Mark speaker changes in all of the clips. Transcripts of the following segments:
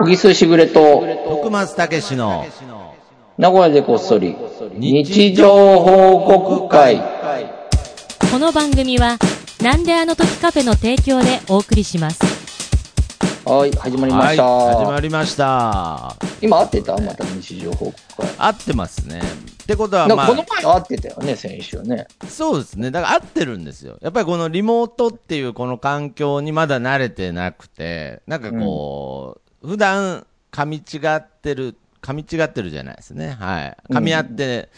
Speaker 1: 小木須しぶれと、
Speaker 2: 徳松たけしの
Speaker 1: 名古屋でこっそり、日常報告会。
Speaker 3: この番組は、なんであの時カフェの提供でお送りします。
Speaker 1: はい、始まりま
Speaker 2: は
Speaker 1: し
Speaker 2: い
Speaker 1: た。
Speaker 2: 始まりました
Speaker 1: 今合ってたまた日常報告会。
Speaker 2: 合ってますねってことは
Speaker 1: なん
Speaker 2: ま
Speaker 1: か
Speaker 2: あ
Speaker 1: この前合ってたよね、先週ね。
Speaker 2: そうですねだから合ってるんですよやっぱりこのリモートっていうこの環境にまだ慣れてなくてなんかこう、普段噛み違ってる噛み違ってるじゃないですねはい噛み合って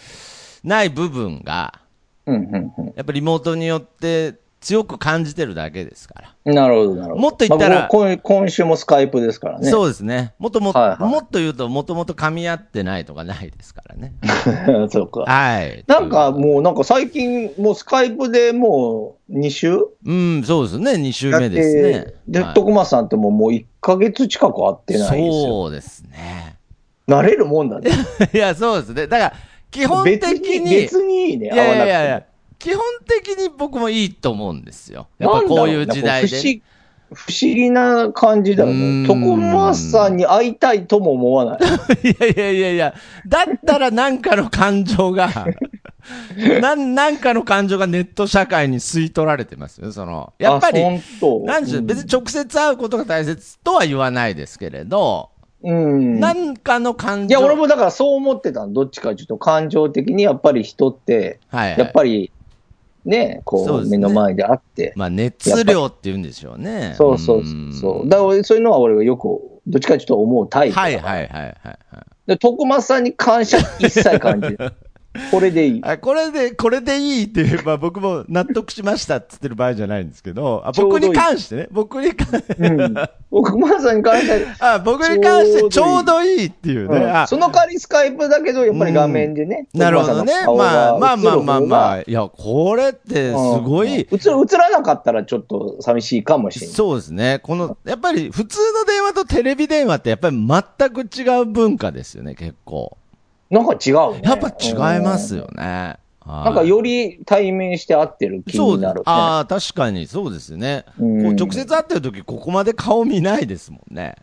Speaker 2: ない部分が
Speaker 1: うんうん
Speaker 2: やっぱりリモートによって強く感じてるだけですから
Speaker 1: うん。なるほど、なるほど。
Speaker 2: もっと言ったら
Speaker 1: まあこ今今週もスカイプですからね。
Speaker 2: そうですね。もっとも、
Speaker 1: はいはい
Speaker 2: もっと言うと、もともと噛み合ってないとかないですからね。
Speaker 1: う。 そうか。
Speaker 2: はい。
Speaker 1: なんかもう、なんか最近、もうスカイプでもう2週
Speaker 2: うん、そうですね。2週目で
Speaker 1: やっ
Speaker 2: す
Speaker 1: て
Speaker 2: ね。
Speaker 1: で、
Speaker 2: はい
Speaker 1: 徳松さんとももう1ヶ月近く会ってないですよ。
Speaker 2: そうですね。
Speaker 1: 慣れるもんだね。
Speaker 2: いや、そうですね。だから、基本的に、
Speaker 1: 別にいいね、
Speaker 2: いやいやい
Speaker 1: 合わ
Speaker 2: やい
Speaker 1: なく
Speaker 2: や、基本的に僕もいいと思うんですよ。
Speaker 1: て
Speaker 2: や
Speaker 1: も
Speaker 2: っぱこういう時代
Speaker 1: なんだろうな
Speaker 2: で。
Speaker 1: 不思議不思議な感じだよ
Speaker 2: うー
Speaker 1: ね。
Speaker 2: ん
Speaker 1: 徳松さんに会いたいとも思わない。
Speaker 2: いやいやいやいや、だったらなんかの感情が、 なん、なんかの感情がネット社会に吸い取られてますよ。その、 やっぱり、
Speaker 1: あ本当
Speaker 2: なんでしょう、別に直接会うことが大切とは言わないですけれど、
Speaker 1: うん。
Speaker 2: ないんかの感情。
Speaker 1: や、俺もだからそう思ってたの。どっちかちょっと感情的にやっぱり人って、
Speaker 2: はいはい、
Speaker 1: やっぱりね、
Speaker 2: そ
Speaker 1: こ
Speaker 2: う
Speaker 1: う
Speaker 2: ですね
Speaker 1: 目の前であって。
Speaker 2: まあ、熱量って言うんでしょうね。
Speaker 1: そうそう
Speaker 2: うん
Speaker 1: そう。だから俺そういうのは俺がよく、どっちかちょっと思うタイプだか
Speaker 2: は
Speaker 1: ら。
Speaker 2: いはいはいはいはい。
Speaker 1: で、徳松さんに感謝一切感じない。これでいい。
Speaker 2: あこれで、これでいいって 言えば僕も納得しましたって言ってる場合じゃないんですけど、あ
Speaker 1: ちょうど
Speaker 2: 僕
Speaker 1: いい
Speaker 2: に関してね、僕に関して、
Speaker 1: うん。徳松さんに感謝。
Speaker 2: あ、僕に関してちょうどいいっていうね。
Speaker 1: うん
Speaker 2: あ
Speaker 1: その代わりスカイプだけど、やっぱり画面でね。
Speaker 2: なるほどね。
Speaker 1: 徳間
Speaker 2: ま
Speaker 1: さ
Speaker 2: あ
Speaker 1: んの顔
Speaker 2: まあまあまあまあ。
Speaker 1: 映
Speaker 2: いや、これってす
Speaker 1: る方が
Speaker 2: ごい、
Speaker 1: うん映映らなかったらちょっと寂しいかもしれない。
Speaker 2: そうですね。この、やっぱり普通の電話とテレビ電話ってやっぱり全く違う文化ですよね、結構。
Speaker 1: なんか違うね。
Speaker 2: やっぱ違います
Speaker 1: よ。
Speaker 2: よね。な
Speaker 1: なんかより対面して合ってる気
Speaker 2: そう
Speaker 1: に
Speaker 2: で
Speaker 1: な
Speaker 2: す
Speaker 1: る、ね。
Speaker 2: ああ、確かにそうですね。こ
Speaker 1: うん
Speaker 2: う直接会ってる時ここまで顔見ないですもんね。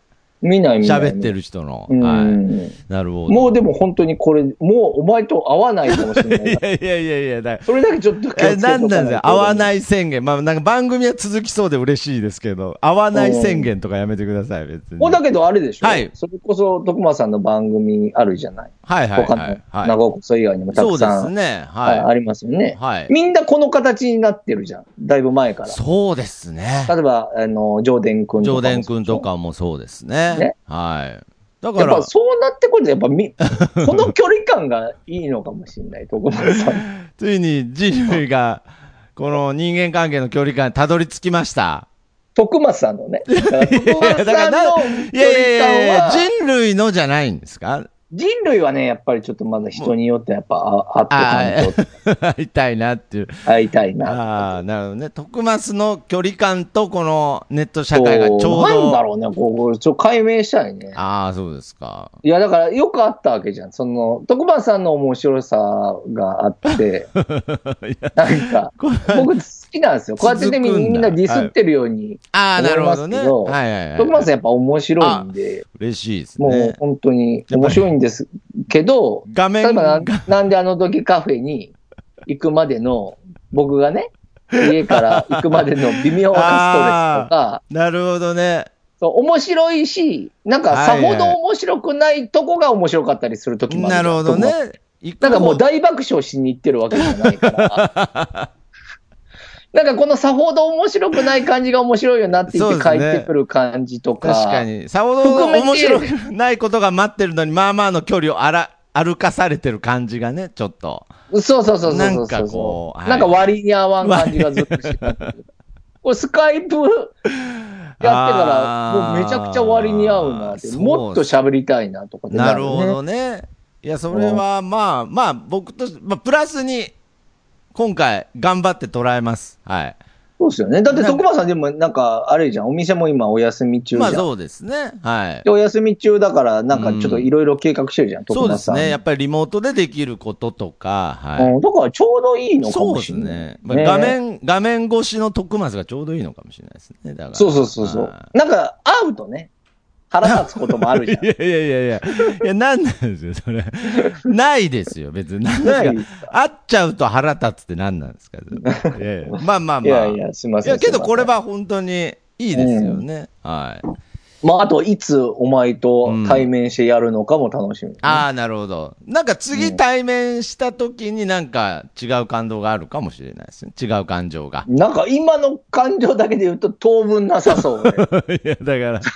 Speaker 1: 見ない見ない。
Speaker 2: 喋ってる人の。
Speaker 1: うん。
Speaker 2: はい。なるほど。
Speaker 1: もうでも本当にこれ、もうお前と合わないか もしれないい。
Speaker 2: やいやいやいや、だ
Speaker 1: それだけちょっと気をつけ
Speaker 2: え、
Speaker 1: とか
Speaker 2: なんなんですか合わないい宣言。まあ、なんか番組は続きそうで嬉しいですけど、合わない宣言とかやめてください、別
Speaker 1: と。
Speaker 2: に。
Speaker 1: もうだけどあれでしょ、
Speaker 2: はい
Speaker 1: それこそ徳間さんの番組あるじゃない。
Speaker 2: はいはい
Speaker 1: 他
Speaker 2: はい
Speaker 1: の
Speaker 2: はい。
Speaker 1: 長岡そ以外にもた
Speaker 2: そ
Speaker 1: く
Speaker 2: うで
Speaker 1: さん
Speaker 2: すね。
Speaker 1: はい、
Speaker 2: は
Speaker 1: ありますよね
Speaker 2: い。、はい。
Speaker 1: みんなこの形になってるじゃん。だいぶ前から。
Speaker 2: そうですね。
Speaker 1: 例えば、あの、上田君とかも。
Speaker 2: 上田君と。かもそうですね。
Speaker 1: ね
Speaker 2: はい。だ
Speaker 1: や
Speaker 2: か
Speaker 1: っ
Speaker 2: ら
Speaker 1: ぱ、そうなってくると、やっぱ み、この距離感がいいのかもしれない、徳丸さん。
Speaker 2: ついに人 類が、この人間関係の距離感にたどり着きました。
Speaker 1: 徳松さんのね。だから徳
Speaker 2: いや
Speaker 1: 松
Speaker 2: だか
Speaker 1: さ
Speaker 2: ら
Speaker 1: んの
Speaker 2: な
Speaker 1: 距
Speaker 2: いやいやいやい
Speaker 1: 離感
Speaker 2: や
Speaker 1: は、
Speaker 2: 人類のじゃないんですか
Speaker 1: 人類はね、やっぱりちょっとまだ人によってやっぱ、あ
Speaker 2: あ
Speaker 1: あって感
Speaker 2: 会いたいなっていう。
Speaker 1: 情、会いたいな。
Speaker 2: ああ、なるほどね。徳マスの距離感とこのネット社会がちょうど。
Speaker 1: なんだろうね、ここ、ちょっと解明したいね。
Speaker 2: ああ、そうです か。
Speaker 1: いや、だからよくあったわけじゃん。その、徳松さんの面白さがあ って、なんか、僕好きなんですよ。こうやってね、み
Speaker 2: 続くんだ
Speaker 1: みんなディスってるように、
Speaker 2: ああ、なるほどね。
Speaker 1: 思いますけど
Speaker 2: はいはい
Speaker 1: 徳松
Speaker 2: はい。
Speaker 1: さんやっぱ面白いんで、
Speaker 2: 嬉しいです
Speaker 1: もう
Speaker 2: ね。
Speaker 1: 本当に面白いんですけど、
Speaker 2: 画
Speaker 1: 例
Speaker 2: 面
Speaker 1: えばな
Speaker 2: が。
Speaker 1: なんであの時カフェに行くまでの、僕がね、家から行くまでの微妙なストレスとか、
Speaker 2: なるほどね。
Speaker 1: そう面白いし、なんかさほど面白くないとこが面白かったりする時もあるじ
Speaker 2: な
Speaker 1: ゃん。
Speaker 2: るほど
Speaker 1: 徳松
Speaker 2: ね。
Speaker 1: なんかもう
Speaker 2: だ、
Speaker 1: 大爆笑しに行ってるわけじゃないから。 なんかこのさほど面白くない感じが面白いよなって言っ
Speaker 2: そ
Speaker 1: て
Speaker 2: うで
Speaker 1: 帰
Speaker 2: すね
Speaker 1: ってくる感じとか。
Speaker 2: 確かに。さほど面白くないことが待ってるのに、まあまあの距離をあら歩かされてる感じがね、ちょっと。
Speaker 1: そうそうそうそうそうそう。
Speaker 2: なんかこうはい
Speaker 1: なんか割に合わん感じがずっとして た。これスカイプやってから、
Speaker 2: あー
Speaker 1: もうめちゃくちゃ割に合うなって、
Speaker 2: そう
Speaker 1: もっと喋りたいなとかって
Speaker 2: なる
Speaker 1: ね
Speaker 2: ほどね。いや、それはまあまあ、僕とし、まあ、プラスに、今回、頑張って捉えます。はい。
Speaker 1: そうですよね。だって
Speaker 2: なんか
Speaker 1: 徳間さんでもなんか、あれじゃん、お店も今お休み中じ
Speaker 2: ま
Speaker 1: ゃ
Speaker 2: あ
Speaker 1: ん。
Speaker 2: そうですね。はい
Speaker 1: で。お休み中だから、なんかちょっといろいろ計画してるじゃん、
Speaker 2: そう
Speaker 1: 徳
Speaker 2: で
Speaker 1: 間
Speaker 2: す
Speaker 1: さん。
Speaker 2: ね。やっぱりリモートでできることとか、は
Speaker 1: うん、だからちょうどいい
Speaker 2: い。
Speaker 1: のか
Speaker 2: そう
Speaker 1: も
Speaker 2: で
Speaker 1: し
Speaker 2: す
Speaker 1: れない
Speaker 2: ね。。まあ
Speaker 1: ね
Speaker 2: 画面、画面越しの徳松がちょうどいいのかもしれないですね。だから。
Speaker 1: そうそうそうそう
Speaker 2: は。
Speaker 1: なんか、会うとね、腹立つこともあるじゃん
Speaker 2: い。やいやいやいや、いや、なんなんですよ、それ。ないですよ、別に。なんで
Speaker 1: ない
Speaker 2: すか。会っちゃうと腹立つって何なんですか。い やいやまあまあまあ。
Speaker 1: いやいや、すみま
Speaker 2: い
Speaker 1: せん。
Speaker 2: やけどこれ
Speaker 1: すいま
Speaker 2: は本当にいいですよね。はい。
Speaker 1: せん。まあ、あと、いつお前と対面してやるのかも楽しみ、
Speaker 2: ああ、なるほど。なんか次対面した時になんか違う感動があるかもしれないですね。違う感情が。
Speaker 1: なんか今の感情だけで言うと当分なさ そうね。
Speaker 2: いや、だか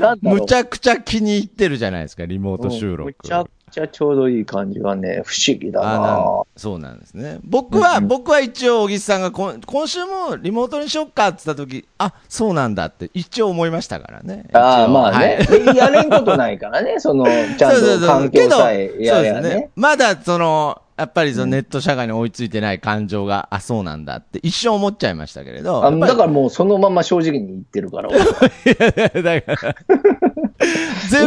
Speaker 2: ら、
Speaker 1: なんだろう
Speaker 2: むちゃくちゃ気に入ってるじゃないですか、リモート収
Speaker 1: うんむ
Speaker 2: 録。
Speaker 1: ちゃくちゃちょうどいい感じがね、不思議だ
Speaker 2: あー
Speaker 1: な
Speaker 2: なんそうなんですね。僕は、僕は一応、小木さんが今今週もリモートにしよっかって言った時、あ、そうなんだって一応思いましたからね。
Speaker 1: ああ、
Speaker 2: 一応
Speaker 1: まあ
Speaker 2: は
Speaker 1: ね
Speaker 2: い。
Speaker 1: やれんことないから ね、その、ちゃんと環境さえやれ
Speaker 2: そう
Speaker 1: ば
Speaker 2: です
Speaker 1: ね。
Speaker 2: まだその、やっぱりそのネット社会に追いついてない感情が、あ、そうなんだって一瞬思っちゃいましたけれど。
Speaker 1: あ
Speaker 2: やっぱり
Speaker 1: だからもうそのまま正直に言ってるから、俺はい
Speaker 2: やだから 全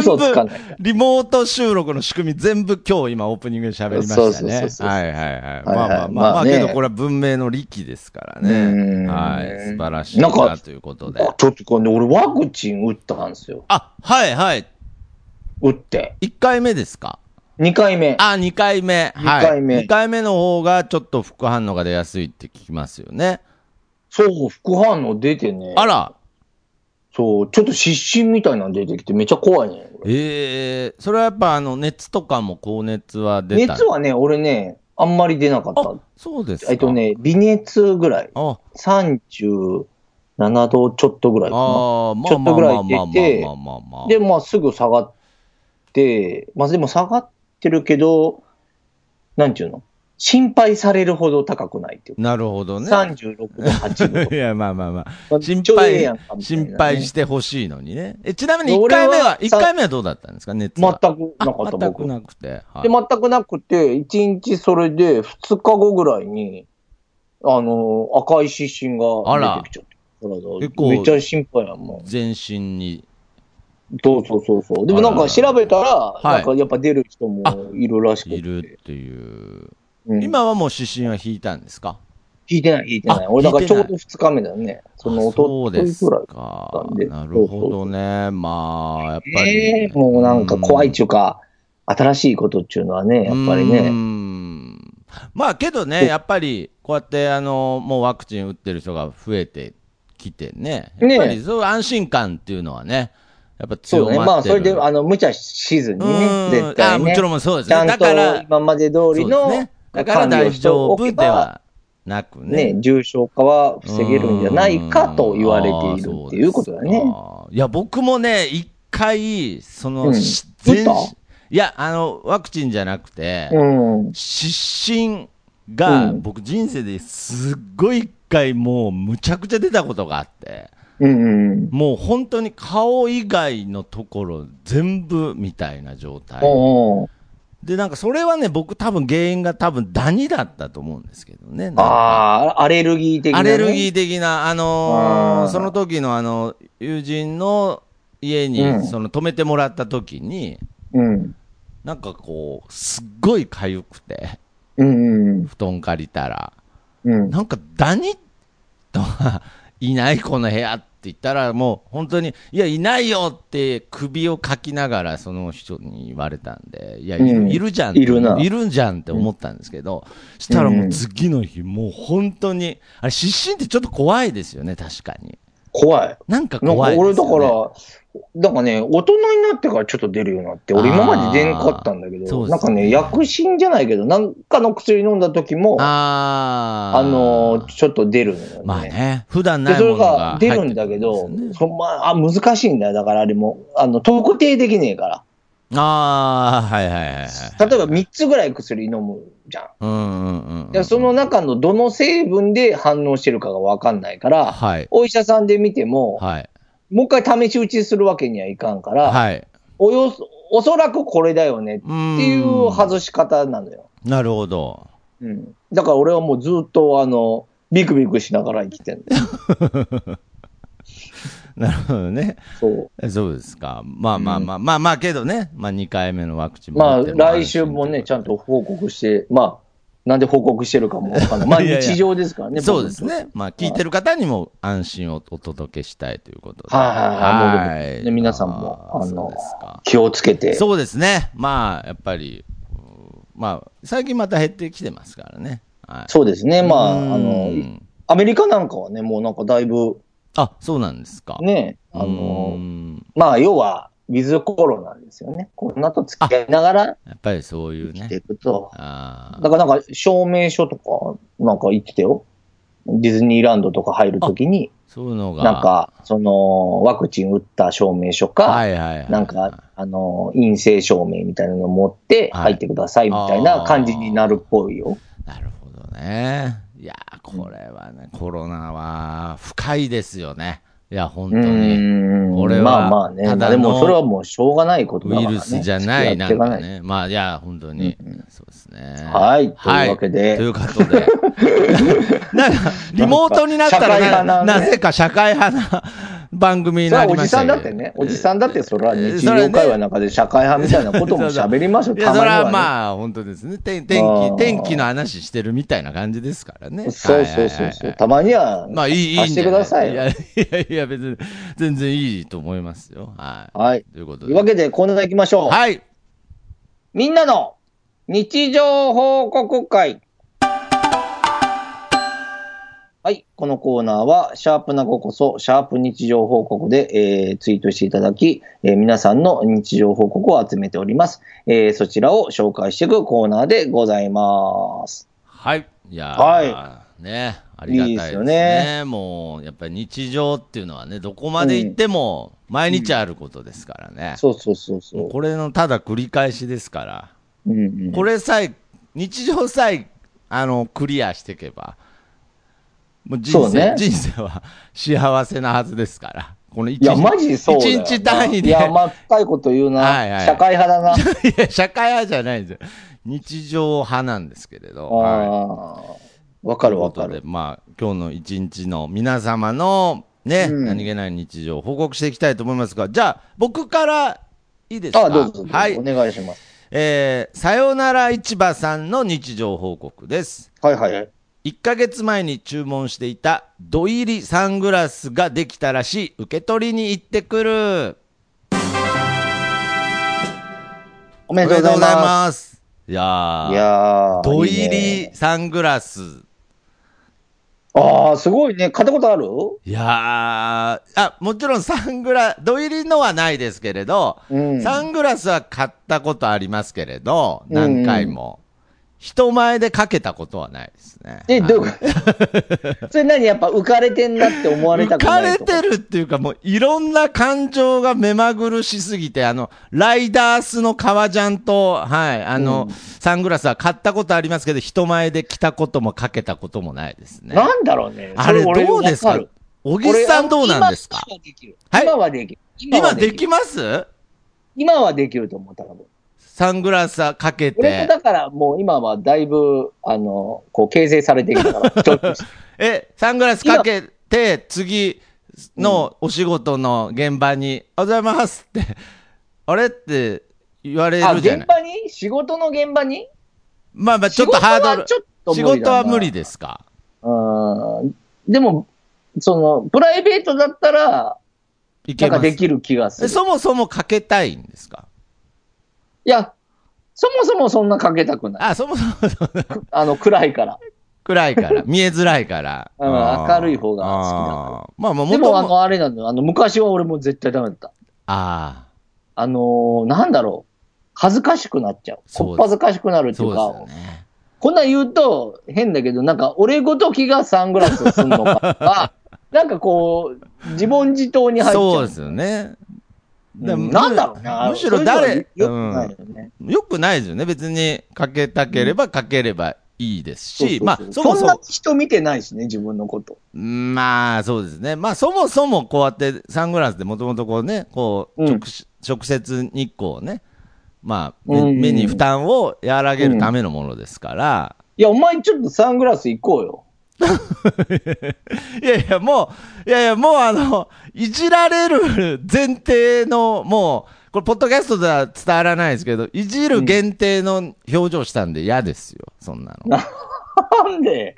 Speaker 1: 嘘つか
Speaker 2: 部
Speaker 1: ないから、
Speaker 2: リモート収録の仕組み全部今日今オープニングで喋りま
Speaker 1: そう
Speaker 2: した
Speaker 1: そうそうそ
Speaker 2: ね。
Speaker 1: う
Speaker 2: はいはいはい。
Speaker 1: はい
Speaker 2: まあまあまあ、まあ
Speaker 1: まあね
Speaker 2: けどこれは文明の利器ですから
Speaker 1: うん
Speaker 2: ね。はい。素晴らしい
Speaker 1: なん
Speaker 2: な
Speaker 1: か
Speaker 2: ということで。
Speaker 1: あちょっとこれね、俺ワクチン打ったんですよ。
Speaker 2: あ、はいはい。
Speaker 1: 打って。
Speaker 2: 1回目ですか
Speaker 1: 2回目。
Speaker 2: あ、2回目。はい。
Speaker 1: 二回目
Speaker 2: 2回目の方がちょっと副反応が出やすいって聞きますよね。
Speaker 1: そう、副反応出てね。
Speaker 2: あら、
Speaker 1: そう、ちょっと失神みたいなの出てきて、めっちゃ怖いね。俺
Speaker 2: ええそれはやっぱあの、熱とかも高熱は出た。
Speaker 1: 熱はね、俺ね、あんまり出なかった
Speaker 2: あ、。そうですか。
Speaker 1: えっとね、微熱ぐらい。
Speaker 2: あ、
Speaker 1: 37度ちょっとぐらい
Speaker 2: あ
Speaker 1: かな。
Speaker 2: あ、ま
Speaker 1: ちょ
Speaker 2: あ
Speaker 1: っと
Speaker 2: まあ
Speaker 1: ぐ
Speaker 2: ま
Speaker 1: ら
Speaker 2: あ
Speaker 1: い
Speaker 2: まあ
Speaker 1: 出て
Speaker 2: まあまあまあ。
Speaker 1: で、まあ、すぐ下がって、まあ、でも下がってるけど、なんちゅうの心配されるほど高くないっていうか。
Speaker 2: なるほどね。
Speaker 1: 36度、8度
Speaker 2: いや、まあまあま
Speaker 1: ま
Speaker 2: あ。
Speaker 1: あ
Speaker 2: 心
Speaker 1: ちょうどええやん
Speaker 2: 配
Speaker 1: かみ、たいなね
Speaker 2: 心配してほしいのにね。え、ちなみに1回目は、
Speaker 1: 俺は
Speaker 2: 一
Speaker 1: さ
Speaker 2: 回目はどうだったんですか熱は。
Speaker 1: 全くなかった、
Speaker 2: あ全く
Speaker 1: 僕。
Speaker 2: なくて。は
Speaker 1: で、
Speaker 2: い。
Speaker 1: 全くなくて、1日それで、2日後ぐらいに、あの、赤い湿疹
Speaker 2: あ
Speaker 1: が
Speaker 2: ら
Speaker 1: 出てきちゃって。体
Speaker 2: 結構
Speaker 1: めっちゃ心配やん、も
Speaker 2: 全身に。
Speaker 1: う。そうそうそうそう。でもなん
Speaker 2: あら
Speaker 1: か調べたら、
Speaker 2: い
Speaker 1: なんかやっぱ出る人もいるらしくて。
Speaker 2: いるっていう。
Speaker 1: うん
Speaker 2: 今はもう指針は引いたんですか
Speaker 1: 聞いてない、聞いてない。
Speaker 2: あ
Speaker 1: 俺、だから
Speaker 2: 聞い
Speaker 1: ち
Speaker 2: て
Speaker 1: ょ
Speaker 2: ないう
Speaker 1: ど2日目だよね。その
Speaker 2: あそう
Speaker 1: 音と
Speaker 2: です
Speaker 1: ぐらい。
Speaker 2: か
Speaker 1: んで。
Speaker 2: なるほどね。まあ、やっぱり。
Speaker 1: ええもうなんか怖いっていうか、新しいことっていうのはね、やっぱり
Speaker 2: うー
Speaker 1: ね。
Speaker 2: んまあけどね、
Speaker 1: そう
Speaker 2: やっぱりこうやってあのもうワクチン打ってる人が増えてきてね、
Speaker 1: ね
Speaker 2: やっぱりそう安心感っていうのはね、やっぱ
Speaker 1: そ
Speaker 2: 強
Speaker 1: う
Speaker 2: ま
Speaker 1: ね。
Speaker 2: って
Speaker 1: まあ、そ
Speaker 2: る
Speaker 1: れで、あの、無茶しずに
Speaker 2: う
Speaker 1: ね、
Speaker 2: ん
Speaker 1: 絶対
Speaker 2: あ
Speaker 1: ね。
Speaker 2: もちろんそうです
Speaker 1: ちゃ
Speaker 2: ね、
Speaker 1: ん
Speaker 2: だ
Speaker 1: と
Speaker 2: から、
Speaker 1: 今まで通り
Speaker 2: そう
Speaker 1: の
Speaker 2: ですね、だから大丈夫ではなくね
Speaker 1: ね、。重症化は防げるんじゃないかと言われているっていうことだ
Speaker 2: あー
Speaker 1: ね。
Speaker 2: そうですかいや、僕もね、一回、その、
Speaker 1: うん
Speaker 2: し
Speaker 1: 打った
Speaker 2: 全身いや、あの、ワクチンじゃなくて、
Speaker 1: うん。
Speaker 2: 失神が
Speaker 1: うん
Speaker 2: 僕人生ですっごい一回もうむちゃくちゃ出たことがあって
Speaker 1: うんうん。
Speaker 2: もう本当に顔以外のところ全部みたいな状態
Speaker 1: おうおう
Speaker 2: でなんかそれはね僕多分原因が多分ダニだったと思うんですけどねなんか
Speaker 1: ああ、アレルギー的な
Speaker 2: ア
Speaker 1: ね。
Speaker 2: レルギー的なあのー
Speaker 1: あー
Speaker 2: その時のあの友人の家
Speaker 1: うん
Speaker 2: にその泊めてもらった時に、
Speaker 1: うん。
Speaker 2: なんかこうすっごい痒くて
Speaker 1: うんうん
Speaker 2: 布団借りたら。
Speaker 1: うん。
Speaker 2: なんかダニとは いないこの部屋って言ったらもう本当にいやいないよって首をかきながらその人に言われたんでいやいる,、
Speaker 1: うん
Speaker 2: いるじゃんって
Speaker 1: いるない
Speaker 2: るじゃんって思ったんですけど、したらもう次の日もう本当にあれ失神ってちょっと怖いですよね確かに
Speaker 1: 怖い。
Speaker 2: なんか
Speaker 1: なんか
Speaker 2: 怖いで
Speaker 1: 俺
Speaker 2: す
Speaker 1: だ
Speaker 2: よ、ね、
Speaker 1: から、なんかね、大人になってからちょっと出るようになって、俺今まで出んかったんだけ
Speaker 2: あーそう
Speaker 1: ど、
Speaker 2: ですね
Speaker 1: なんかね、薬疹じゃないけど、なんかの薬飲んだ時も、あ
Speaker 2: あー
Speaker 1: のー、ちょっと出るのよね。
Speaker 2: まあね普段
Speaker 1: で、
Speaker 2: ない
Speaker 1: そ
Speaker 2: も
Speaker 1: れ
Speaker 2: のが
Speaker 1: が
Speaker 2: 入
Speaker 1: 出
Speaker 2: って
Speaker 1: る
Speaker 2: く
Speaker 1: んだけ
Speaker 2: ですよ
Speaker 1: ど
Speaker 2: ね、
Speaker 1: そんまあ、難しいんだよ。だからあれも、あの、特定できねえか
Speaker 2: ああはいはいはいはい
Speaker 1: ら。例えば3つぐらい薬飲むじゃん。
Speaker 2: うんうんうんうん
Speaker 1: でその中のどの成分で反応してるかがわかんないから、
Speaker 2: はい
Speaker 1: お医者さんで見ても、
Speaker 2: はい
Speaker 1: もう一回試し打ちするわけにはいかんから、
Speaker 2: はい
Speaker 1: およそ、おそらくこれだよねっ
Speaker 2: って
Speaker 1: ていう外し方なのよ。
Speaker 2: なるほど。
Speaker 1: うん。だから俺はもうずっとあの、ビクビクしながら生きてる。
Speaker 2: なるほどね。
Speaker 1: そう。
Speaker 2: そうですか。まあまあまあ、まあまあけどね、まあ2回目のワクチンも
Speaker 1: ま
Speaker 2: 打
Speaker 1: あ
Speaker 2: っても安
Speaker 1: 来週
Speaker 2: 心
Speaker 1: もね、ちゃんと報告して、まあ、なんで報告してるかもわかん ない。まあ、
Speaker 2: いやいや
Speaker 1: 日常ですからね。
Speaker 2: そうです
Speaker 1: 僕にとって。
Speaker 2: ね。まあ、聞いてる方にも安心をお届けしたいということで。
Speaker 1: はいはいはいもうでもね皆さん
Speaker 2: あ
Speaker 1: も、
Speaker 2: ー
Speaker 1: あ
Speaker 2: そう
Speaker 1: の
Speaker 2: ですか、
Speaker 1: 気をつけて。
Speaker 2: そうですね。まあ、やっぱり、うんまあ、最近また減ってきてますからね。はい。
Speaker 1: そうですね。まあ、
Speaker 2: うん
Speaker 1: あの、アメリカなんかはね、もうなんかだいぶ、
Speaker 2: あ、そうなんですか。
Speaker 1: ね、あ
Speaker 2: う
Speaker 1: の、
Speaker 2: ん
Speaker 1: まあ、要は、ウィズコロナですよね。コロナと付き合いながら
Speaker 2: やっぱりそういう
Speaker 1: 生き
Speaker 2: ね
Speaker 1: て。いくと。
Speaker 2: あ
Speaker 1: だ
Speaker 2: ー
Speaker 1: からなんか、証明書とか、なんか言ってたよ。ディズニーランドとか入るときに、
Speaker 2: そういうのが。
Speaker 1: なん、か、その、ワクチン打った証明書か、
Speaker 2: はいはいはい。
Speaker 1: なんか、あの、陰性証明みたいなのを持って
Speaker 2: はい
Speaker 1: 入ってくださいみたいな感じになるっぽいよ。
Speaker 2: なるほどね。いやー、これはね、コロナは深いですよね。いや、本当
Speaker 1: う
Speaker 2: に。
Speaker 1: ん。
Speaker 2: これは
Speaker 1: まあまあね。
Speaker 2: ただの
Speaker 1: でもそれはもうしょうがないことだ
Speaker 2: ウ
Speaker 1: か
Speaker 2: イ
Speaker 1: らね。
Speaker 2: ルスじゃない、
Speaker 1: 付き合って
Speaker 2: なん
Speaker 1: いか
Speaker 2: か
Speaker 1: ない。
Speaker 2: ね。まあ、いや、本当に。そうですね。
Speaker 1: はいというわけで
Speaker 2: ということで。 なんか、リモートになった
Speaker 1: 社会
Speaker 2: ら
Speaker 1: 派な
Speaker 2: な、
Speaker 1: ね
Speaker 2: なぜか社会派な 番組に
Speaker 1: それ
Speaker 2: な
Speaker 1: は
Speaker 2: り
Speaker 1: お
Speaker 2: ま
Speaker 1: じ
Speaker 2: した
Speaker 1: さ
Speaker 2: け
Speaker 1: ん
Speaker 2: ど
Speaker 1: だってね、おじさんだってそれは日
Speaker 2: それ
Speaker 1: 常
Speaker 2: ね
Speaker 1: 会話の中で社会派みたいなことも喋りましょう、
Speaker 2: いや、
Speaker 1: た
Speaker 2: そ
Speaker 1: ま
Speaker 2: れ
Speaker 1: に
Speaker 2: は
Speaker 1: はね。
Speaker 2: まあ、本当ですね。天
Speaker 1: あ
Speaker 2: 天気、
Speaker 1: ー
Speaker 2: 天気の話してるみたいな感じですからね。
Speaker 1: そうそうそうそう。たまには、
Speaker 2: まあいい、いいん
Speaker 1: 貸してください
Speaker 2: じ
Speaker 1: よ
Speaker 2: ゃないいやいやいや、別に、全然いいと思いますよ。はい。
Speaker 1: はい。
Speaker 2: ということ
Speaker 1: と
Speaker 2: で。
Speaker 1: いうわけで、コーナー行きましょう。
Speaker 2: はい。
Speaker 1: みんなの日常報告会。はい。このコーナーは、シャープなごこそ、シャープ日常報告で、えーツイートしていただき、えー皆さんの日常報告を集めております。えーそちらを紹介していくコーナーでございます。
Speaker 2: はい。いやー
Speaker 1: は
Speaker 2: ね。ありがたいです
Speaker 1: いい
Speaker 2: ね。
Speaker 1: です
Speaker 2: もう、やっぱり日常っていうのはね、どこまで行っても、毎日あることですからね。
Speaker 1: そうそうそう
Speaker 2: もう
Speaker 1: そ
Speaker 2: これのただ繰り返しですから。
Speaker 1: う。うんうん
Speaker 2: これさえ、日常さえ、あの、クリアしていけば、もう人
Speaker 1: そう
Speaker 2: 生、
Speaker 1: ね
Speaker 2: 人生は幸せなはずですから。この一
Speaker 1: いや、
Speaker 2: 日
Speaker 1: マジそうだよな。
Speaker 2: 一日単位で
Speaker 1: いや、まあ、深いこと言うな。
Speaker 2: はいはい
Speaker 1: 社会派だな。
Speaker 2: いや、社会派じゃないんですよ。日常派なんですけれど。はい
Speaker 1: あーわかるわか
Speaker 2: ということで
Speaker 1: る。
Speaker 2: まあ、今日の一日の皆様のね、
Speaker 1: うん
Speaker 2: 何気ない日常を報告していきたいと思いますが、じゃあ、僕からいいですか
Speaker 1: あ、どうぞどうぞ、
Speaker 2: はい
Speaker 1: お。願いします。
Speaker 2: えー、さよなら市場さんの日常報告です。
Speaker 1: はいはいはい。
Speaker 2: 1ヶ月前に注文していた土入りサングラスができたらしい。受け取りに行ってくる。
Speaker 1: お
Speaker 2: お
Speaker 1: めでとうございます。
Speaker 2: す。いやー、
Speaker 1: いやー。
Speaker 2: 土
Speaker 1: い
Speaker 2: 入
Speaker 1: い
Speaker 2: り
Speaker 1: ね
Speaker 2: サングラス
Speaker 1: ああ、すごいね。買ったことある
Speaker 2: いやー、あ、もちろんサングラ、土入りのはないですけれど、
Speaker 1: うん
Speaker 2: サングラスは買ったことありますけれど、
Speaker 1: うん
Speaker 2: 何回も。人前でかけたことはないですね。
Speaker 1: え、どう
Speaker 2: は
Speaker 1: いうこと それ何やっぱ浮かれてんなって思われ
Speaker 2: い浮
Speaker 1: たく
Speaker 2: か
Speaker 1: ない
Speaker 2: れ
Speaker 1: とか
Speaker 2: てるっていうか、もういろんな感情が目まぐるしすぎて、あの、ライダースの革ジャンと、はい、あの、サングラスは買ったことありますけど、人前で着たこともかけたこともないですね。
Speaker 1: なんだろうね。
Speaker 2: あれ
Speaker 1: そ俺
Speaker 2: どうです
Speaker 1: わ
Speaker 2: か
Speaker 1: る
Speaker 2: 小木さんどうなんですか
Speaker 1: 俺今はできる
Speaker 2: はい
Speaker 1: 今はできる。
Speaker 2: 今で
Speaker 1: る。
Speaker 2: きます
Speaker 1: 今はできると思ったら。
Speaker 2: サングラスはかけ
Speaker 1: 俺も
Speaker 2: て。
Speaker 1: だからもう今はだいぶ、あの、こう形成されてきたから。ちょっ と
Speaker 2: え、サングラスかけて、次のお仕事の現場に、おはようございますって、 あれって言われ
Speaker 1: あ、
Speaker 2: るじゃ
Speaker 1: 現
Speaker 2: ない
Speaker 1: 場に仕事の現場に
Speaker 2: まあまあ、ちょっとハードル。
Speaker 1: 仕事はち
Speaker 2: 仕
Speaker 1: ょっと無理だな
Speaker 2: 事は無理ですか。
Speaker 1: うん。でも、その、プライベートだったら、
Speaker 2: い
Speaker 1: な
Speaker 2: け
Speaker 1: んか
Speaker 2: ます
Speaker 1: できる気がする。
Speaker 2: えそもそもかけたいんですか
Speaker 1: いや、そもそもそんなかけたくない。
Speaker 2: あ、そもそも
Speaker 1: あの、暗いから。
Speaker 2: 暗い から、見えづらいから。
Speaker 1: うん
Speaker 2: あー
Speaker 1: 明るい方が好きだから
Speaker 2: あーまあまあ、
Speaker 1: で
Speaker 2: 元も
Speaker 1: も、あの、あれなんだよ。あの、昔は俺も絶対ダメだった。
Speaker 2: あ
Speaker 1: あのーなんだろう。恥ずかしくなっちゃう。
Speaker 2: そう
Speaker 1: こっぱずかしくなる
Speaker 2: あ、
Speaker 1: ってい
Speaker 2: そうう
Speaker 1: か、
Speaker 2: ですよね。
Speaker 1: こんなん言うと変だけど、なんか俺ごときがサングラスをすんの かとか、なんかこう、自問自答に入っちゃう。
Speaker 2: そうですよね。
Speaker 1: う
Speaker 2: でも
Speaker 1: んなんだろうな。
Speaker 2: むしろ誰、
Speaker 1: そういうのはよくないよね。
Speaker 2: よくないですよね。別にかけたければかければいいです
Speaker 1: そうそう
Speaker 2: し、
Speaker 1: そう
Speaker 2: まあ、そも
Speaker 1: ん
Speaker 2: そ
Speaker 1: な
Speaker 2: も、
Speaker 1: 人見てないしね、自分のこと。
Speaker 2: まあ、そうですね。まあ、そもそもこうやってサングラスでもともとこうね、こう、
Speaker 1: うん
Speaker 2: 直し直接日光をね、まあ、目
Speaker 1: うん
Speaker 2: 目に負担を和らげるためのものですから、
Speaker 1: いや、お前ちょっとサングラス行こうよ。
Speaker 2: いやいや、もう、いやいや、もうあの、いじられる前提の、もう、これ、ポッドキャストでは伝わらないですけど、いじる限定の表情したんで嫌ですよ、そんなの。
Speaker 1: なんで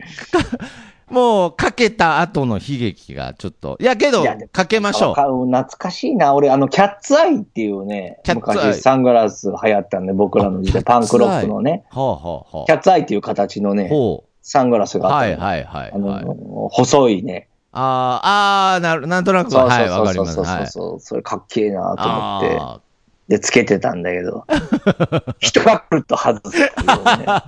Speaker 2: もう、かけた後の悲劇がちょっと、いや、けど
Speaker 1: いやでも、
Speaker 2: かけましょう
Speaker 1: わ。かる懐かしいな。俺、あの、キャッツアイっていうね
Speaker 2: キャ、ッツアイ
Speaker 1: 昔サングラス流行ったんで、僕らの時代、
Speaker 2: あキ
Speaker 1: パ
Speaker 2: ャッツアイ
Speaker 1: ンクロックのね、
Speaker 2: ほうほうほ
Speaker 1: キャッツアイっていう形の
Speaker 2: う。
Speaker 1: ね、
Speaker 2: ほ
Speaker 1: サングラス
Speaker 2: う。
Speaker 1: があったの
Speaker 2: はいはいはい、
Speaker 1: あの、
Speaker 2: はい。
Speaker 1: 細いね。
Speaker 2: あー、あーなる、なんとなくは、はい、わかります。
Speaker 1: そうそ
Speaker 2: は
Speaker 1: う
Speaker 2: い。
Speaker 1: そう、それかっけえなと思って。
Speaker 2: あ
Speaker 1: で、つけてたんだけ ど、一パックと外すっていうね。
Speaker 2: ー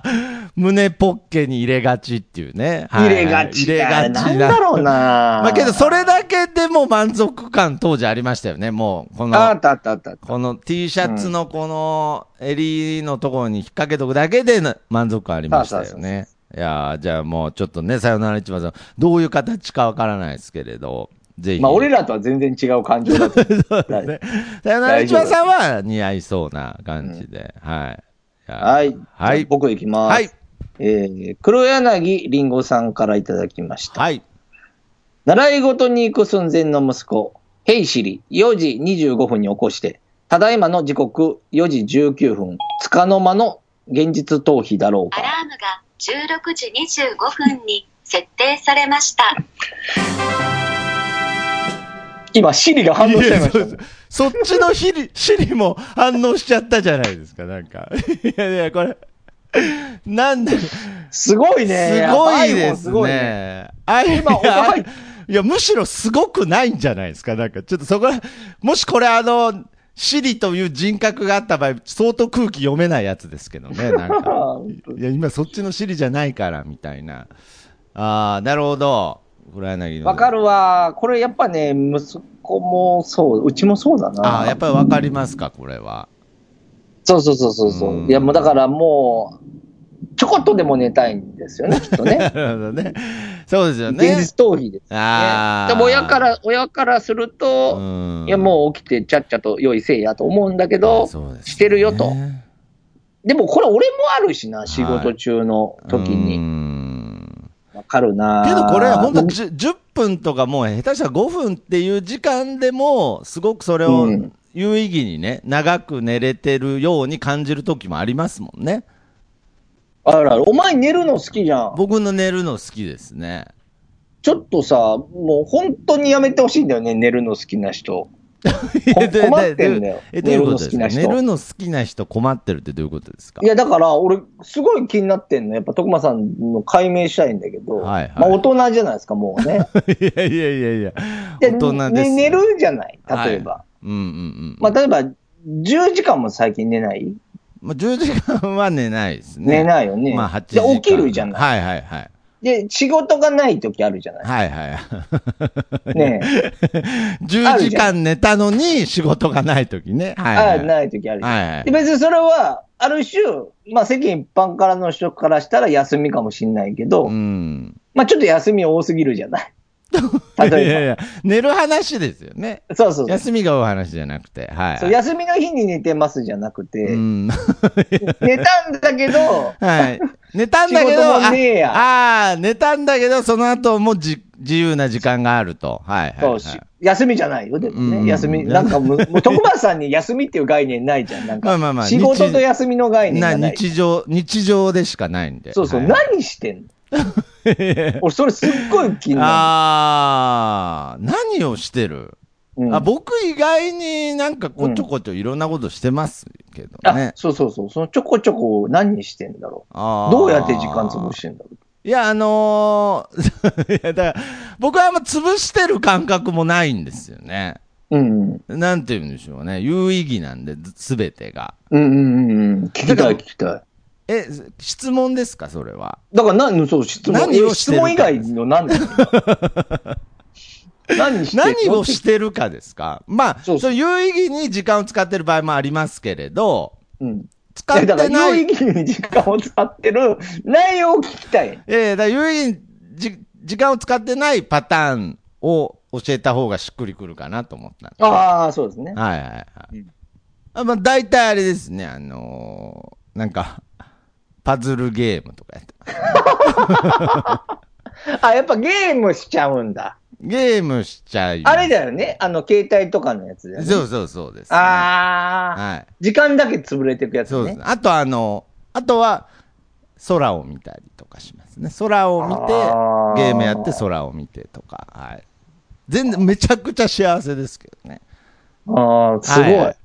Speaker 2: 胸ポッケに入れがちっていうね。はい
Speaker 1: 入れがち
Speaker 2: 入れが
Speaker 1: だ。
Speaker 2: ち
Speaker 1: なんだろうな。
Speaker 2: まあけど、それだけでも満足感当時ありましたよね。もう、こ
Speaker 1: ああ
Speaker 2: の、
Speaker 1: ったあったあった。
Speaker 2: この T シャツのこの襟のところに引っ掛けとくだけでな満足感ありまし
Speaker 1: そ
Speaker 2: たよ
Speaker 1: うそうそう
Speaker 2: ね。いやーじゃあもうちょっとね、さよなら市場さん、どういう形かわからないですけれど、ぜひ。
Speaker 1: まあ、俺らとは全然違う感情だった。はい
Speaker 2: さよなら市場さんは似合いそうな感じで。はい。やー
Speaker 1: はい。
Speaker 2: は
Speaker 1: じゃあ
Speaker 2: い。
Speaker 1: 僕行きます。
Speaker 2: はい。
Speaker 1: えー、黒柳りんごさんからいただきました。
Speaker 2: はい。
Speaker 1: 習い事に行く寸前の息子、ヘイシリ、4時25分に起こして、ただいまの時刻4時19分、つかの間の現実逃避だろう
Speaker 4: アラ
Speaker 1: か。
Speaker 4: ームが16時25分に設定されました。
Speaker 1: 今、シリが反応しちゃいましたね、
Speaker 2: いやそうそっちのシリシリも反応しちゃったじゃないですか、なんか。いやいや、これ。なんで、
Speaker 1: すごいね。
Speaker 2: す
Speaker 1: や
Speaker 2: ご
Speaker 1: ば
Speaker 2: い
Speaker 1: も
Speaker 2: で
Speaker 1: ん
Speaker 2: す
Speaker 1: すごいね。
Speaker 2: ね。あい
Speaker 1: 今音入っ
Speaker 2: やいや、むしろすごくないんじゃないですか、なんか。ちょっとそこら、もしこれあの、シリという人格があった場合、相当空気読めないやつですけ どね、なん
Speaker 1: あー
Speaker 2: か。
Speaker 1: 本当に
Speaker 2: いや、今そっちのシリじゃないから、みたいな。ああ、なるほど。黒柳の。
Speaker 1: わかるわ。これやっぱね、息子もそう、うちもそうだな。
Speaker 2: ああ、やっぱりわかりますか、こ れは。
Speaker 1: そうそうそうそうそうう。
Speaker 2: ん
Speaker 1: いや、もうだからもう、ちょこっとでも寝たいんです よね、きっとね。
Speaker 2: なるほどね。そうですよ
Speaker 1: 現
Speaker 2: ね。
Speaker 1: 実逃避ですね。
Speaker 2: あー
Speaker 1: でも親から、親からすると、
Speaker 2: うん
Speaker 1: いや、もう起きてちゃっちゃと良いせいやと思うんだけど、
Speaker 2: そうですね
Speaker 1: してるよとでもこれ俺もあるしな、仕事中の時
Speaker 2: う
Speaker 1: に。
Speaker 2: ん
Speaker 1: わかるな
Speaker 2: けどこれ、本当
Speaker 1: うん
Speaker 2: 十10分とか、もう下手したら5分っていう時間でも、すごくそれを
Speaker 1: うん
Speaker 2: 有意義にね、長く寝れてるように感じる時もありますもんね。
Speaker 1: あら、お前寝るの好きじゃん。
Speaker 2: 僕の寝るの好きですね。
Speaker 1: ちょっとさ、もう本当にやめてほしいんだよね、寝るの好きな人。困ってんだよ
Speaker 2: えどういうことで
Speaker 1: 寝るの好き
Speaker 2: すか
Speaker 1: な人
Speaker 2: 寝るの好きな人困ってるってどういうことですか
Speaker 1: いや、だから、俺、すごい気になってんの。やっぱ、徳間さんの解明したいんだけど、
Speaker 2: はいはい
Speaker 1: まあ、大人じゃないですか、もう ね。
Speaker 2: いやいやいやいや、
Speaker 1: で
Speaker 2: 大人で
Speaker 1: ね
Speaker 2: す、
Speaker 1: 寝るじゃない、例えば。
Speaker 2: うんうんうん。
Speaker 1: まあ、例えば、10時間も最近寝ない
Speaker 2: まあ、10時間は寝ないですね。
Speaker 1: 寝ないよね。
Speaker 2: まあ、8時
Speaker 1: で
Speaker 2: 間。
Speaker 1: 起きるじゃない。
Speaker 2: はいはいはい。
Speaker 1: で、仕事がない時あるじゃない。
Speaker 2: はいはい。
Speaker 1: ねえ。
Speaker 2: 10時間寝たのに仕事がないときね。はい、
Speaker 1: あ
Speaker 2: は
Speaker 1: あ
Speaker 2: い。
Speaker 1: ない時あるじゃん。
Speaker 2: はいはい
Speaker 1: で、別にそれは、ある種、まあ、世間一般からの人からしたら休みかもしんないけど、
Speaker 2: うん。
Speaker 1: まあ、ちょっと休み多すぎるじゃ ない。例えば。
Speaker 2: いやいや、寝る話ですよね。
Speaker 1: そうそうそう
Speaker 2: 休みが多い話じゃなくて。はい。
Speaker 1: そう。休みの日に寝てますじゃなくて、
Speaker 2: うん。
Speaker 1: 寝たんだけど、
Speaker 2: はい。寝たんだけ
Speaker 1: 仕
Speaker 2: ど、
Speaker 1: 事もねえや
Speaker 2: ああー、寝たんだけど、その後もじ自由な時間があると。はいはい、
Speaker 1: そ
Speaker 2: は
Speaker 1: う
Speaker 2: い。
Speaker 1: し休みじゃないよ、でも
Speaker 2: うん
Speaker 1: ね。休み、なんか もう、もう徳松さんに休みっていう概念ないじゃん。なんか、
Speaker 2: まあまあまあ
Speaker 1: 仕事と休みの概念
Speaker 2: な
Speaker 1: がない。
Speaker 2: 日常、日常でしかないんで。
Speaker 1: そうそう、
Speaker 2: はい
Speaker 1: 何して んの俺、それすっごい気にな
Speaker 2: ああ、何をしてる、
Speaker 1: る。うん
Speaker 2: あ僕以外になんかこちょこちょいろんなことしてますけど
Speaker 1: あ
Speaker 2: ね。
Speaker 1: そうそうそう、そのちょこちょこ何してんだろ
Speaker 2: あ
Speaker 1: う。
Speaker 2: ー
Speaker 1: どうやって時間潰してんだろう。
Speaker 2: いや、あのー いやだから僕はあんま潰してる感覚もないんですよね。
Speaker 1: うんうん、
Speaker 2: なんて言うんでしょうね。有意義なんで、すべてが。
Speaker 1: うんうんうんうん。聞き
Speaker 2: だか
Speaker 1: た
Speaker 2: ら
Speaker 1: い聞きたい。
Speaker 2: え、質問ですか、それは。
Speaker 1: だから何、そう、質問。
Speaker 2: 何をし
Speaker 1: 質
Speaker 2: てるか
Speaker 1: 問以外の何 だよ何してんの
Speaker 2: 何をしてるかですか。まあ、
Speaker 1: そ
Speaker 2: そう
Speaker 1: そう
Speaker 2: う有意義に時間を使ってる場合もありますけれど、
Speaker 1: うん。
Speaker 2: 使って
Speaker 1: だか
Speaker 2: な
Speaker 1: ら、有
Speaker 2: い
Speaker 1: 意。義に時間を使ってる内容を聞きたい。
Speaker 2: ええだから有意義にじ時間を使ってないパターンを教えた方がしっくりくるかなと思ったんで
Speaker 1: ああ、そうですね。
Speaker 2: はいはいはい。
Speaker 1: うん
Speaker 2: あまあ、大体あれですね、あのーなんか、パズルゲームとかやってます。
Speaker 1: あ、やっぱゲームしちゃうんだ。
Speaker 2: ゲームしちゃい
Speaker 1: あれだよね。あの、携帯とかのやつだよね。
Speaker 2: そうそうそうです、
Speaker 1: ああ、
Speaker 2: はい。
Speaker 1: 時間だけ潰れていくやつね。
Speaker 2: そうですね。あとあの、あとは、空を見たりとかしますね。空を見て
Speaker 1: あー、
Speaker 2: ゲームやって空を見てとか。はい。全然、めちゃくちゃ幸せですけどね。
Speaker 1: ああ、すごい,、
Speaker 2: はい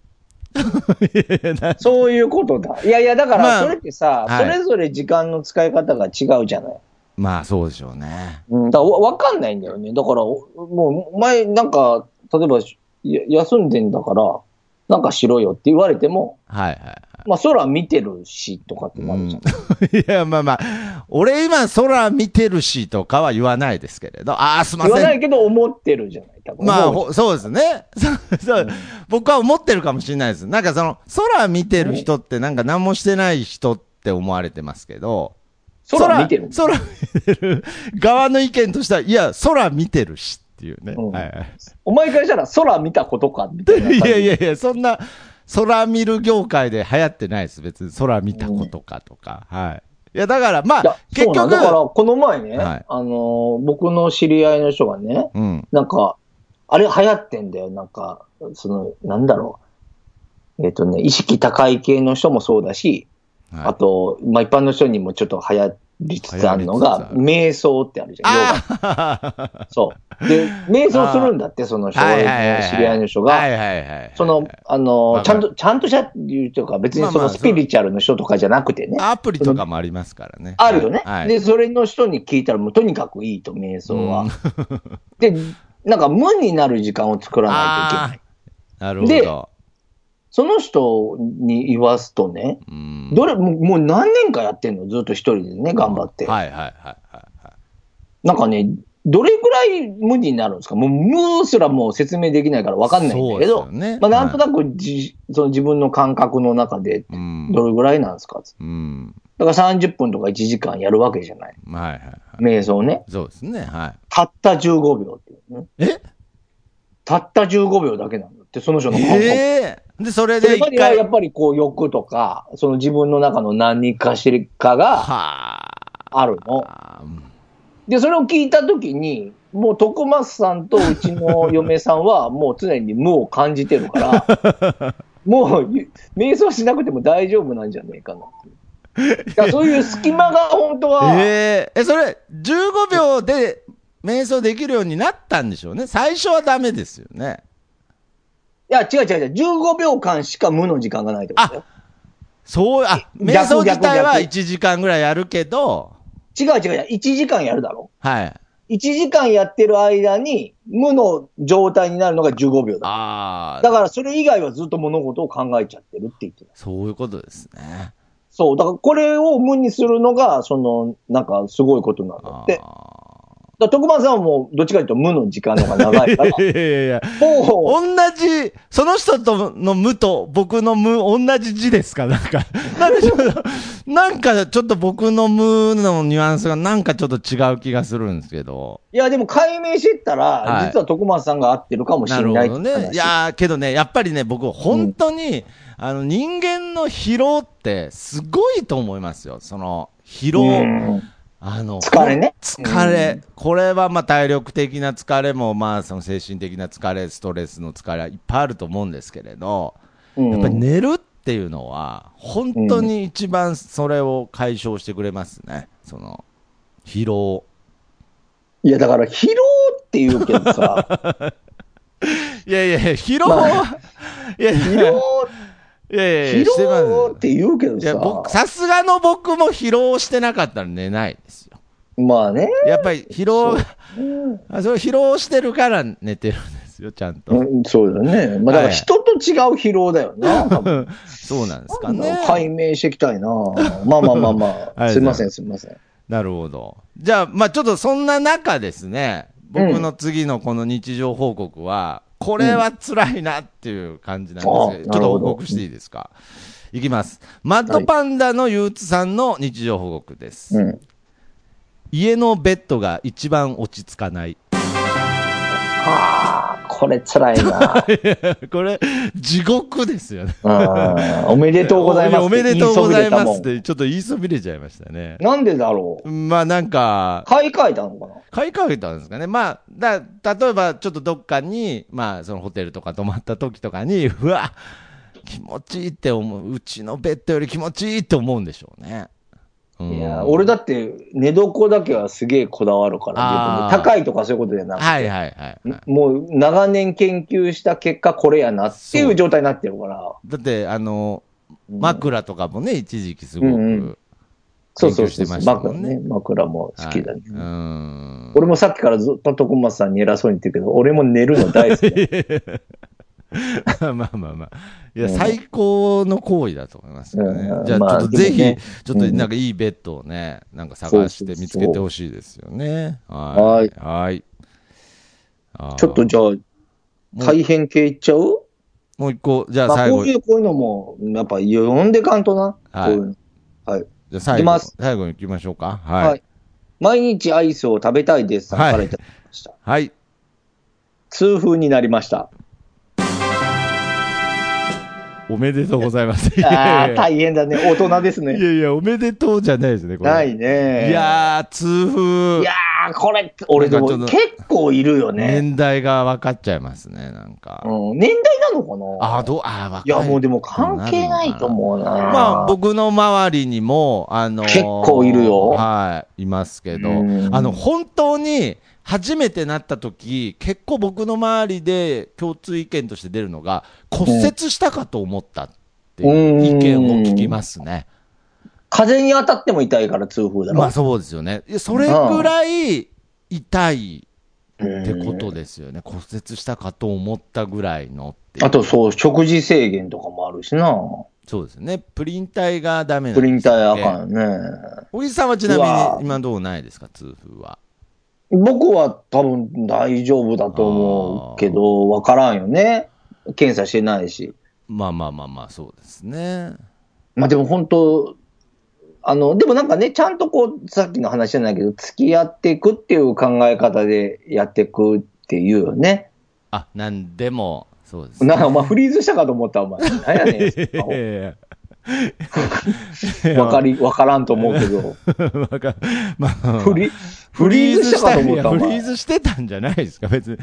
Speaker 1: そういうことだ。いやいや、だか
Speaker 2: ま
Speaker 1: ら、
Speaker 2: あ
Speaker 1: それってさ、
Speaker 2: はい
Speaker 1: それぞれ時間の使い方が違うじゃない。
Speaker 2: まあ、そうでしょうね。
Speaker 1: うん、だからわわかんないんだよね。だから、おもう、前、なんか、例えば、や休んでんだから、なんかしろよって言われても、
Speaker 2: はいはいはい。
Speaker 1: まあ、空見てるし、とかってな
Speaker 2: う
Speaker 1: る
Speaker 2: ん、
Speaker 1: じゃ
Speaker 2: い
Speaker 1: ん。
Speaker 2: や、まあまあ、俺今空見てるしとかは言わないですけれど、ああ、すいま
Speaker 1: 言わな
Speaker 2: せ
Speaker 1: い
Speaker 2: ん。
Speaker 1: けど、思ってるじゃない。多分
Speaker 2: まあ、
Speaker 1: 思う
Speaker 2: ほそうで すね。そうそう、僕は思ってるかもしれないです。なんかその、空見てる人ってなんか何もしてない人って思われてますけど、
Speaker 1: 空見てる。
Speaker 2: 空見てる側の意見としては、いや、空見てるしっていうね。
Speaker 1: うん
Speaker 2: はいはい
Speaker 1: お前からしたら、空見たことか、みたいな感 じ。
Speaker 2: いやいやいや、そんな、空見る業界で流行ってないです。別に空見たことかとか。はい。いや、だから、ま
Speaker 1: いや
Speaker 2: あ、結
Speaker 1: そうなん
Speaker 2: 局、
Speaker 1: だから、この前ね、
Speaker 2: はい
Speaker 1: あのー僕の知り合いの人がね、
Speaker 2: うん。
Speaker 1: なんか、あれ流行ってんだよ、なんか、その、なんだろう。えっ、とね、意識高い系の人もそうだし、
Speaker 2: は
Speaker 1: あと、まあ、一般の人にもちょっと流行りつつあるの
Speaker 2: 流行
Speaker 1: が、
Speaker 2: りつつある
Speaker 1: 瞑想ってあるじゃん、ヨガ。
Speaker 2: あ
Speaker 1: そう。で、瞑想するんだって、その人、
Speaker 2: はいはいはい
Speaker 1: 知り合いの人
Speaker 2: あ、はい
Speaker 1: が。
Speaker 2: はいはい。
Speaker 1: その、あ
Speaker 2: わ
Speaker 1: の、ち
Speaker 2: か
Speaker 1: ゃん
Speaker 2: る
Speaker 1: と、ちゃんとした理由というか、別にそ
Speaker 2: まあま
Speaker 1: の
Speaker 2: あ
Speaker 1: スピリチュアルの人とかじゃなくてね。
Speaker 2: アプリとかもありますからね。
Speaker 1: あるよね、
Speaker 2: はい。
Speaker 1: で、それの人に聞いたら、もうとにかくいいと、瞑想は。
Speaker 2: うん
Speaker 1: で、なんか無になる時間を作らないといけない。
Speaker 2: あーなるほ
Speaker 1: で
Speaker 2: ど。
Speaker 1: その人に言わすとね、
Speaker 2: うん
Speaker 1: どれ、もうもう何年かやってんのずっと一人でね、頑張って。
Speaker 2: はいはいはいはいはい。
Speaker 1: なんかね、どれぐらい無になるんですかもう無すらもう説明できないから分かんないんだけど、
Speaker 2: そうですよね
Speaker 1: まあなんとなくじ、その自分の感覚の中で、
Speaker 2: うん。
Speaker 1: どれぐらいなんですかつって
Speaker 2: うん。
Speaker 1: だから30分とか1時間やるわけじゃない。
Speaker 2: はいはいはい。
Speaker 1: 瞑想ね。
Speaker 2: そうですね。は
Speaker 1: たった15秒っていうね。
Speaker 2: い。え
Speaker 1: たった15秒だけなんだって、その人の感覚。
Speaker 2: ええで、それ
Speaker 1: そ
Speaker 2: で
Speaker 1: れま
Speaker 2: 一
Speaker 1: では
Speaker 2: 回。
Speaker 1: や
Speaker 2: は
Speaker 1: っぱりこう欲とか、その自分の中の何かしらがあるの。
Speaker 2: あ。
Speaker 1: で、それを聞いたときに、もう徳松さんとうちの嫁さんは もう常に無を感じてるから、 もう瞑想しなくても大丈夫なんじゃねえかな って。だからそういう隙間が本当は、
Speaker 2: えええ、それ、15秒で瞑想できるようになったんでしょうね。最初はダメですよね。
Speaker 1: いや違う違う違う、15秒間しか無の時間がないってことだよ。
Speaker 2: そう、あ、
Speaker 1: 逆
Speaker 2: 瞑想自体は
Speaker 1: 逆
Speaker 2: 1時間ぐらいやるけど、
Speaker 1: 違う違う違う、1時間やるだろ。
Speaker 2: はい。
Speaker 1: 1時間やってる間に無の状態になるのが15秒だ。
Speaker 2: あ
Speaker 1: だ
Speaker 2: あ、
Speaker 1: からそれ以外はずっと物事を考えちゃってるって言ってた。
Speaker 2: そういうことですね。
Speaker 1: そう。だからこれを無にするのが、その、なんかすごいことなんだ
Speaker 2: あ
Speaker 1: って。だか
Speaker 2: ー
Speaker 1: ら徳間さんはもうどっちかというと無の時間の方が長い
Speaker 2: 。
Speaker 1: から
Speaker 2: いやいやいや、
Speaker 1: もう、
Speaker 2: 同じ、その人との無と僕の無、同じ字ですかなんか、なんかちょっと、なんかちょっと僕の無のニュアンスがなんかちょっと違う気がするんですけど。
Speaker 1: いやでも解明してったら、
Speaker 2: はい
Speaker 1: 実は徳間さんが合ってるかもし
Speaker 2: な
Speaker 1: れ
Speaker 2: る
Speaker 1: ない
Speaker 2: ほ
Speaker 1: って
Speaker 2: ど
Speaker 1: 話
Speaker 2: ね。いやーけどね、やっぱりね、僕、本当に、あの、人間の疲労って、すごいと思いますよ。その、疲労。
Speaker 1: うん
Speaker 2: あの
Speaker 1: 疲れね
Speaker 2: 疲
Speaker 1: う
Speaker 2: れ、これはまあ体力的な疲れも、まあ、その精神的な疲れ、ストレスの疲れ、いっぱいあると思うんですけれど、
Speaker 1: うん
Speaker 2: やっぱり寝るっていうのは、本当に一番それを解消してくれますね、その疲労。
Speaker 1: いやだから疲労って言うけどさ、
Speaker 2: いやいや、疲労
Speaker 1: ま
Speaker 2: は、い やい
Speaker 1: 疲
Speaker 2: や、い
Speaker 1: 労、
Speaker 2: やいや、
Speaker 1: 疲
Speaker 2: してます
Speaker 1: 労って言うけど
Speaker 2: いや僕
Speaker 1: さ、
Speaker 2: さすがの僕も疲労してなかったら寝ないですよ。
Speaker 1: まあね、
Speaker 2: やっぱり疲労
Speaker 1: そう、
Speaker 2: そあそれ疲労してるから寝てるんですよ、ちゃんと。
Speaker 1: うんそうだよね。まあだから人と違う疲労だ よな、多分
Speaker 2: そうなんですかね。
Speaker 1: 解明していきたいな。まあまあまあま
Speaker 2: は
Speaker 1: あ。
Speaker 2: い
Speaker 1: すいません、すいません。
Speaker 2: なるほど。じゃあ、まあちょっとそんな中ですね、僕の次のこの日常報告は、これは辛いなっていう感じなんで
Speaker 1: う
Speaker 2: す
Speaker 1: んああ
Speaker 2: けど、ちょっと報告していいですか。いきます。マッドパンダの憂鬱さんの日常報告です。
Speaker 1: うん。
Speaker 2: 家のベッドが一番落ち着かない。
Speaker 1: ああ、これ辛い な。
Speaker 2: これ、地獄ですよね。
Speaker 1: うんおめでとうございます。
Speaker 2: おめでとうございますっ
Speaker 1: 言いそびれ
Speaker 2: て、ちょっと言いそびれちゃいましたね
Speaker 1: た。もんなんでだろう
Speaker 2: まあなんか、
Speaker 1: 買い替えたのかな
Speaker 2: 買い替えたんですかね。まあ、だ、例えばちょっとどっかに、まあそのホテルとか泊まった時とかに、 うわ、気持ちいいって思う。うちのベッドより気持ちいいって思うんでしょうね。うん
Speaker 1: いや、俺だって寝床だけはすげえこだわるから、
Speaker 2: あ
Speaker 1: 自
Speaker 2: ー
Speaker 1: 分で高いとかそういうことじゃなくて、
Speaker 2: はいはいはい、はい。
Speaker 1: もう長年研究した結果これやなっていう状態になってるから、
Speaker 2: だって、あの、
Speaker 1: うん
Speaker 2: 枕とかもね、一時期すごく、
Speaker 1: うんうんそうそうそう
Speaker 2: 研究して
Speaker 1: そう
Speaker 2: ましたも
Speaker 1: 枕
Speaker 2: ん
Speaker 1: ね
Speaker 2: ね。
Speaker 1: 枕も好きだね。
Speaker 2: はいうん。
Speaker 1: 俺もさっきからずっと徳松さんに偉そうに言ってるけど、俺も寝るの大好 きだ。
Speaker 2: まあまあまあ。いや、
Speaker 1: うん
Speaker 2: 最高の行為だと思いますよね。
Speaker 1: うん
Speaker 2: じゃあ、ち
Speaker 1: ま
Speaker 2: ょ
Speaker 1: あ
Speaker 2: っとぜひ、
Speaker 1: でもね
Speaker 2: ちょっとなんかいいベッドをね、なんか探して見つけてほしいですよね。はい。はい。あー
Speaker 1: ちょっとじゃあ、大変系いっちゃう
Speaker 2: もう一個、じゃあ
Speaker 1: まあ、
Speaker 2: 最
Speaker 1: こ
Speaker 2: 後、
Speaker 1: う
Speaker 2: じ
Speaker 1: いう、こういうのも、やっぱ読んでかんとな。
Speaker 2: はい
Speaker 1: こういうの
Speaker 2: ゃあ
Speaker 1: い
Speaker 2: 最
Speaker 1: き
Speaker 2: 後、
Speaker 1: ます
Speaker 2: 最後に行きましょうか。
Speaker 1: は
Speaker 2: はいい。
Speaker 1: 毎日アイスを食べたいですさんからいただきました。
Speaker 2: はい。
Speaker 1: 痛風になりました。
Speaker 2: おめでとうございます。い
Speaker 1: あ
Speaker 2: や
Speaker 1: あ、
Speaker 2: いや
Speaker 1: 大変だね。大人です
Speaker 2: い
Speaker 1: ね。
Speaker 2: やいや、おめでとうじゃないですね、これ。
Speaker 1: ないいね。
Speaker 2: やー、痛
Speaker 1: い
Speaker 2: 風
Speaker 1: や。ーこれ、俺でも
Speaker 2: なんか
Speaker 1: 結
Speaker 2: ちょ
Speaker 1: 構いるよね。
Speaker 2: 年代が分かっちゃいますね、なんか。
Speaker 1: うん、年代なのかな
Speaker 2: あー、どう、あー、若
Speaker 1: いや、もうでも関係ないと思うな。
Speaker 2: まあ、僕の周りにも、あのー
Speaker 1: 結構いるよ
Speaker 2: はい、いますけど、
Speaker 1: うん
Speaker 2: あの、本当に、初めてなった時、結構僕の周りで共通意見として出るのが、骨折したかと思ったっていう意見を聞きますね。
Speaker 1: 風に当たっても痛いから痛風だろ。
Speaker 2: まあそうですよね。いやそれぐらい痛いってことですよね。骨折したかと思ったぐらいのっていう
Speaker 1: あと、そう、食事制限とかもあるしな。
Speaker 2: そうですね。プリン体がダメな
Speaker 1: プ
Speaker 2: んです
Speaker 1: リン体あ
Speaker 2: ん。
Speaker 1: かんよね。
Speaker 2: おじさんはちな
Speaker 1: うわ
Speaker 2: みに今どうないですか、痛風は。
Speaker 1: 僕は多分大丈夫だと思うけど、わからんよね。検査してないし。
Speaker 2: まあまあまあまあ、そうですね。
Speaker 1: まあでも本当、あの、でもなんかね、ちゃんとこう、さっきの話じゃないけど、付き合っていくっていう考え方でやっていくっていうよね。
Speaker 2: あ、なんでも、そうですね。
Speaker 1: なんかお前フリーズしたかと思った、お前。何やねんそん なもん。わかり、わからんと思うけ ど。
Speaker 2: わかまあ
Speaker 1: フリ、フリーズしたかと思った、お
Speaker 2: フリ
Speaker 1: 前
Speaker 2: ー。ズしてたんじゃないですか、別に。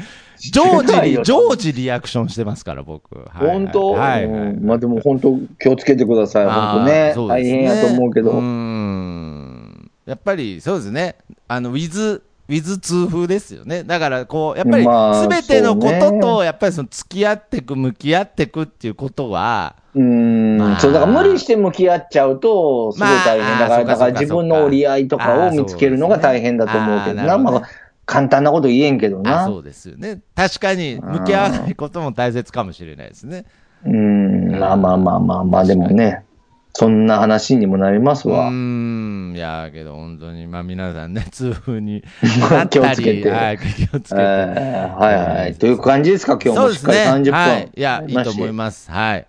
Speaker 2: 常
Speaker 1: してない
Speaker 2: 時
Speaker 1: よ
Speaker 2: に、常時リアクションしてますから、僕。はいはい
Speaker 1: 本当、
Speaker 2: はいはい。
Speaker 1: うんまあでも本当、気をつけてください。本当ね
Speaker 2: あー。そう
Speaker 1: 大
Speaker 2: ですね
Speaker 1: 変やと思うけど。
Speaker 2: ーん。やっぱり、そうですね。あの、ウィズ、ウィズ痛風ですよね。だから、こう、やっぱり
Speaker 1: まあ、
Speaker 2: すべてのこ
Speaker 1: そう
Speaker 2: と
Speaker 1: ね
Speaker 2: と、やっぱりその、付き合ってく、向き合ってくっていうことは、
Speaker 1: うーん、
Speaker 2: まあ
Speaker 1: そう、だから無理して向き合っちゃうと、すごい大変
Speaker 2: まあ
Speaker 1: だから、
Speaker 2: あ
Speaker 1: だ
Speaker 2: ー
Speaker 1: から
Speaker 2: そうかそうか
Speaker 1: 自分の折り合いとかを見つけるのが大変だと思うけどな、
Speaker 2: あーそうですねあーなるほ
Speaker 1: ま
Speaker 2: ど
Speaker 1: あ、簡単なこと言えんけど
Speaker 2: あ
Speaker 1: な。
Speaker 2: そううですよね。確かに、向き合わないことも大切かもしれないですね。
Speaker 1: ーん、まあまあまあまあまあ、でもね、そんな話にもなります
Speaker 2: う
Speaker 1: わ。
Speaker 2: ーん。いやーけど、本当に、まあ皆さんね、痛風になった り、
Speaker 1: 気をつけて
Speaker 2: はい、気を
Speaker 1: え
Speaker 2: つけて。
Speaker 1: ーはいはい。
Speaker 2: うん
Speaker 1: という感じですか、今日もしっかり30分。
Speaker 2: はい。いや、いいと思い
Speaker 1: ま
Speaker 2: ます。はい。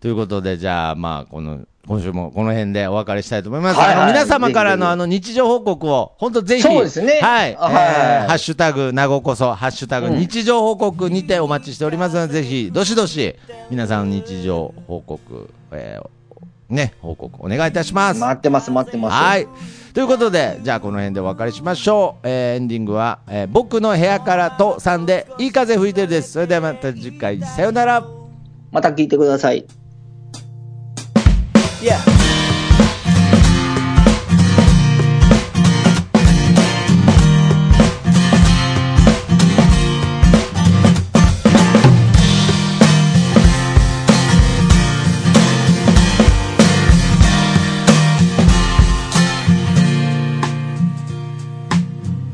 Speaker 2: ということで、じゃあ、まあ、この、今週もこの辺でお別れしたいと思います。
Speaker 1: はいはい
Speaker 2: あの皆様から
Speaker 1: ぜひぜ
Speaker 2: の
Speaker 1: ひ
Speaker 2: あの日常報告を、本当ぜひ。
Speaker 1: そうですね
Speaker 2: はい。えー
Speaker 1: あはいはい
Speaker 2: ハッシュタグ、なごこそ、ハッシュタグ、日常報告にてお待ちしておりますので、ぜひ、どしどし、皆さんの日常報告、えーね、報告お願いいたします
Speaker 1: す。。待ってます、待ってます。
Speaker 2: はい。ということで、じゃあこの辺でお別れしましょう。えーエンディングは、えー僕の部屋からとさんで、いい風吹いてるです。それではまた次回、さようなら。
Speaker 1: また聞いてください。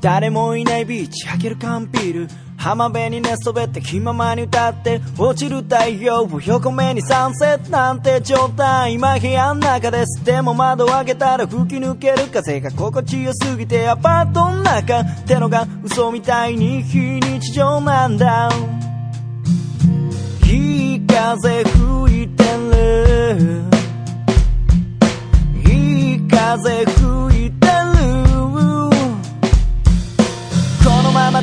Speaker 5: 誰もいないビーチ開ける缶ビール浜辺に寝そべって気ままに歌って落ちる太陽を横目にサンセットなんて状態今部屋の中ですでも窓を開けたら吹き抜ける風が心地よすぎてアパートの中ってのが嘘みたいに非日常なんだいい風吹いてるいい風吹いてるこのまま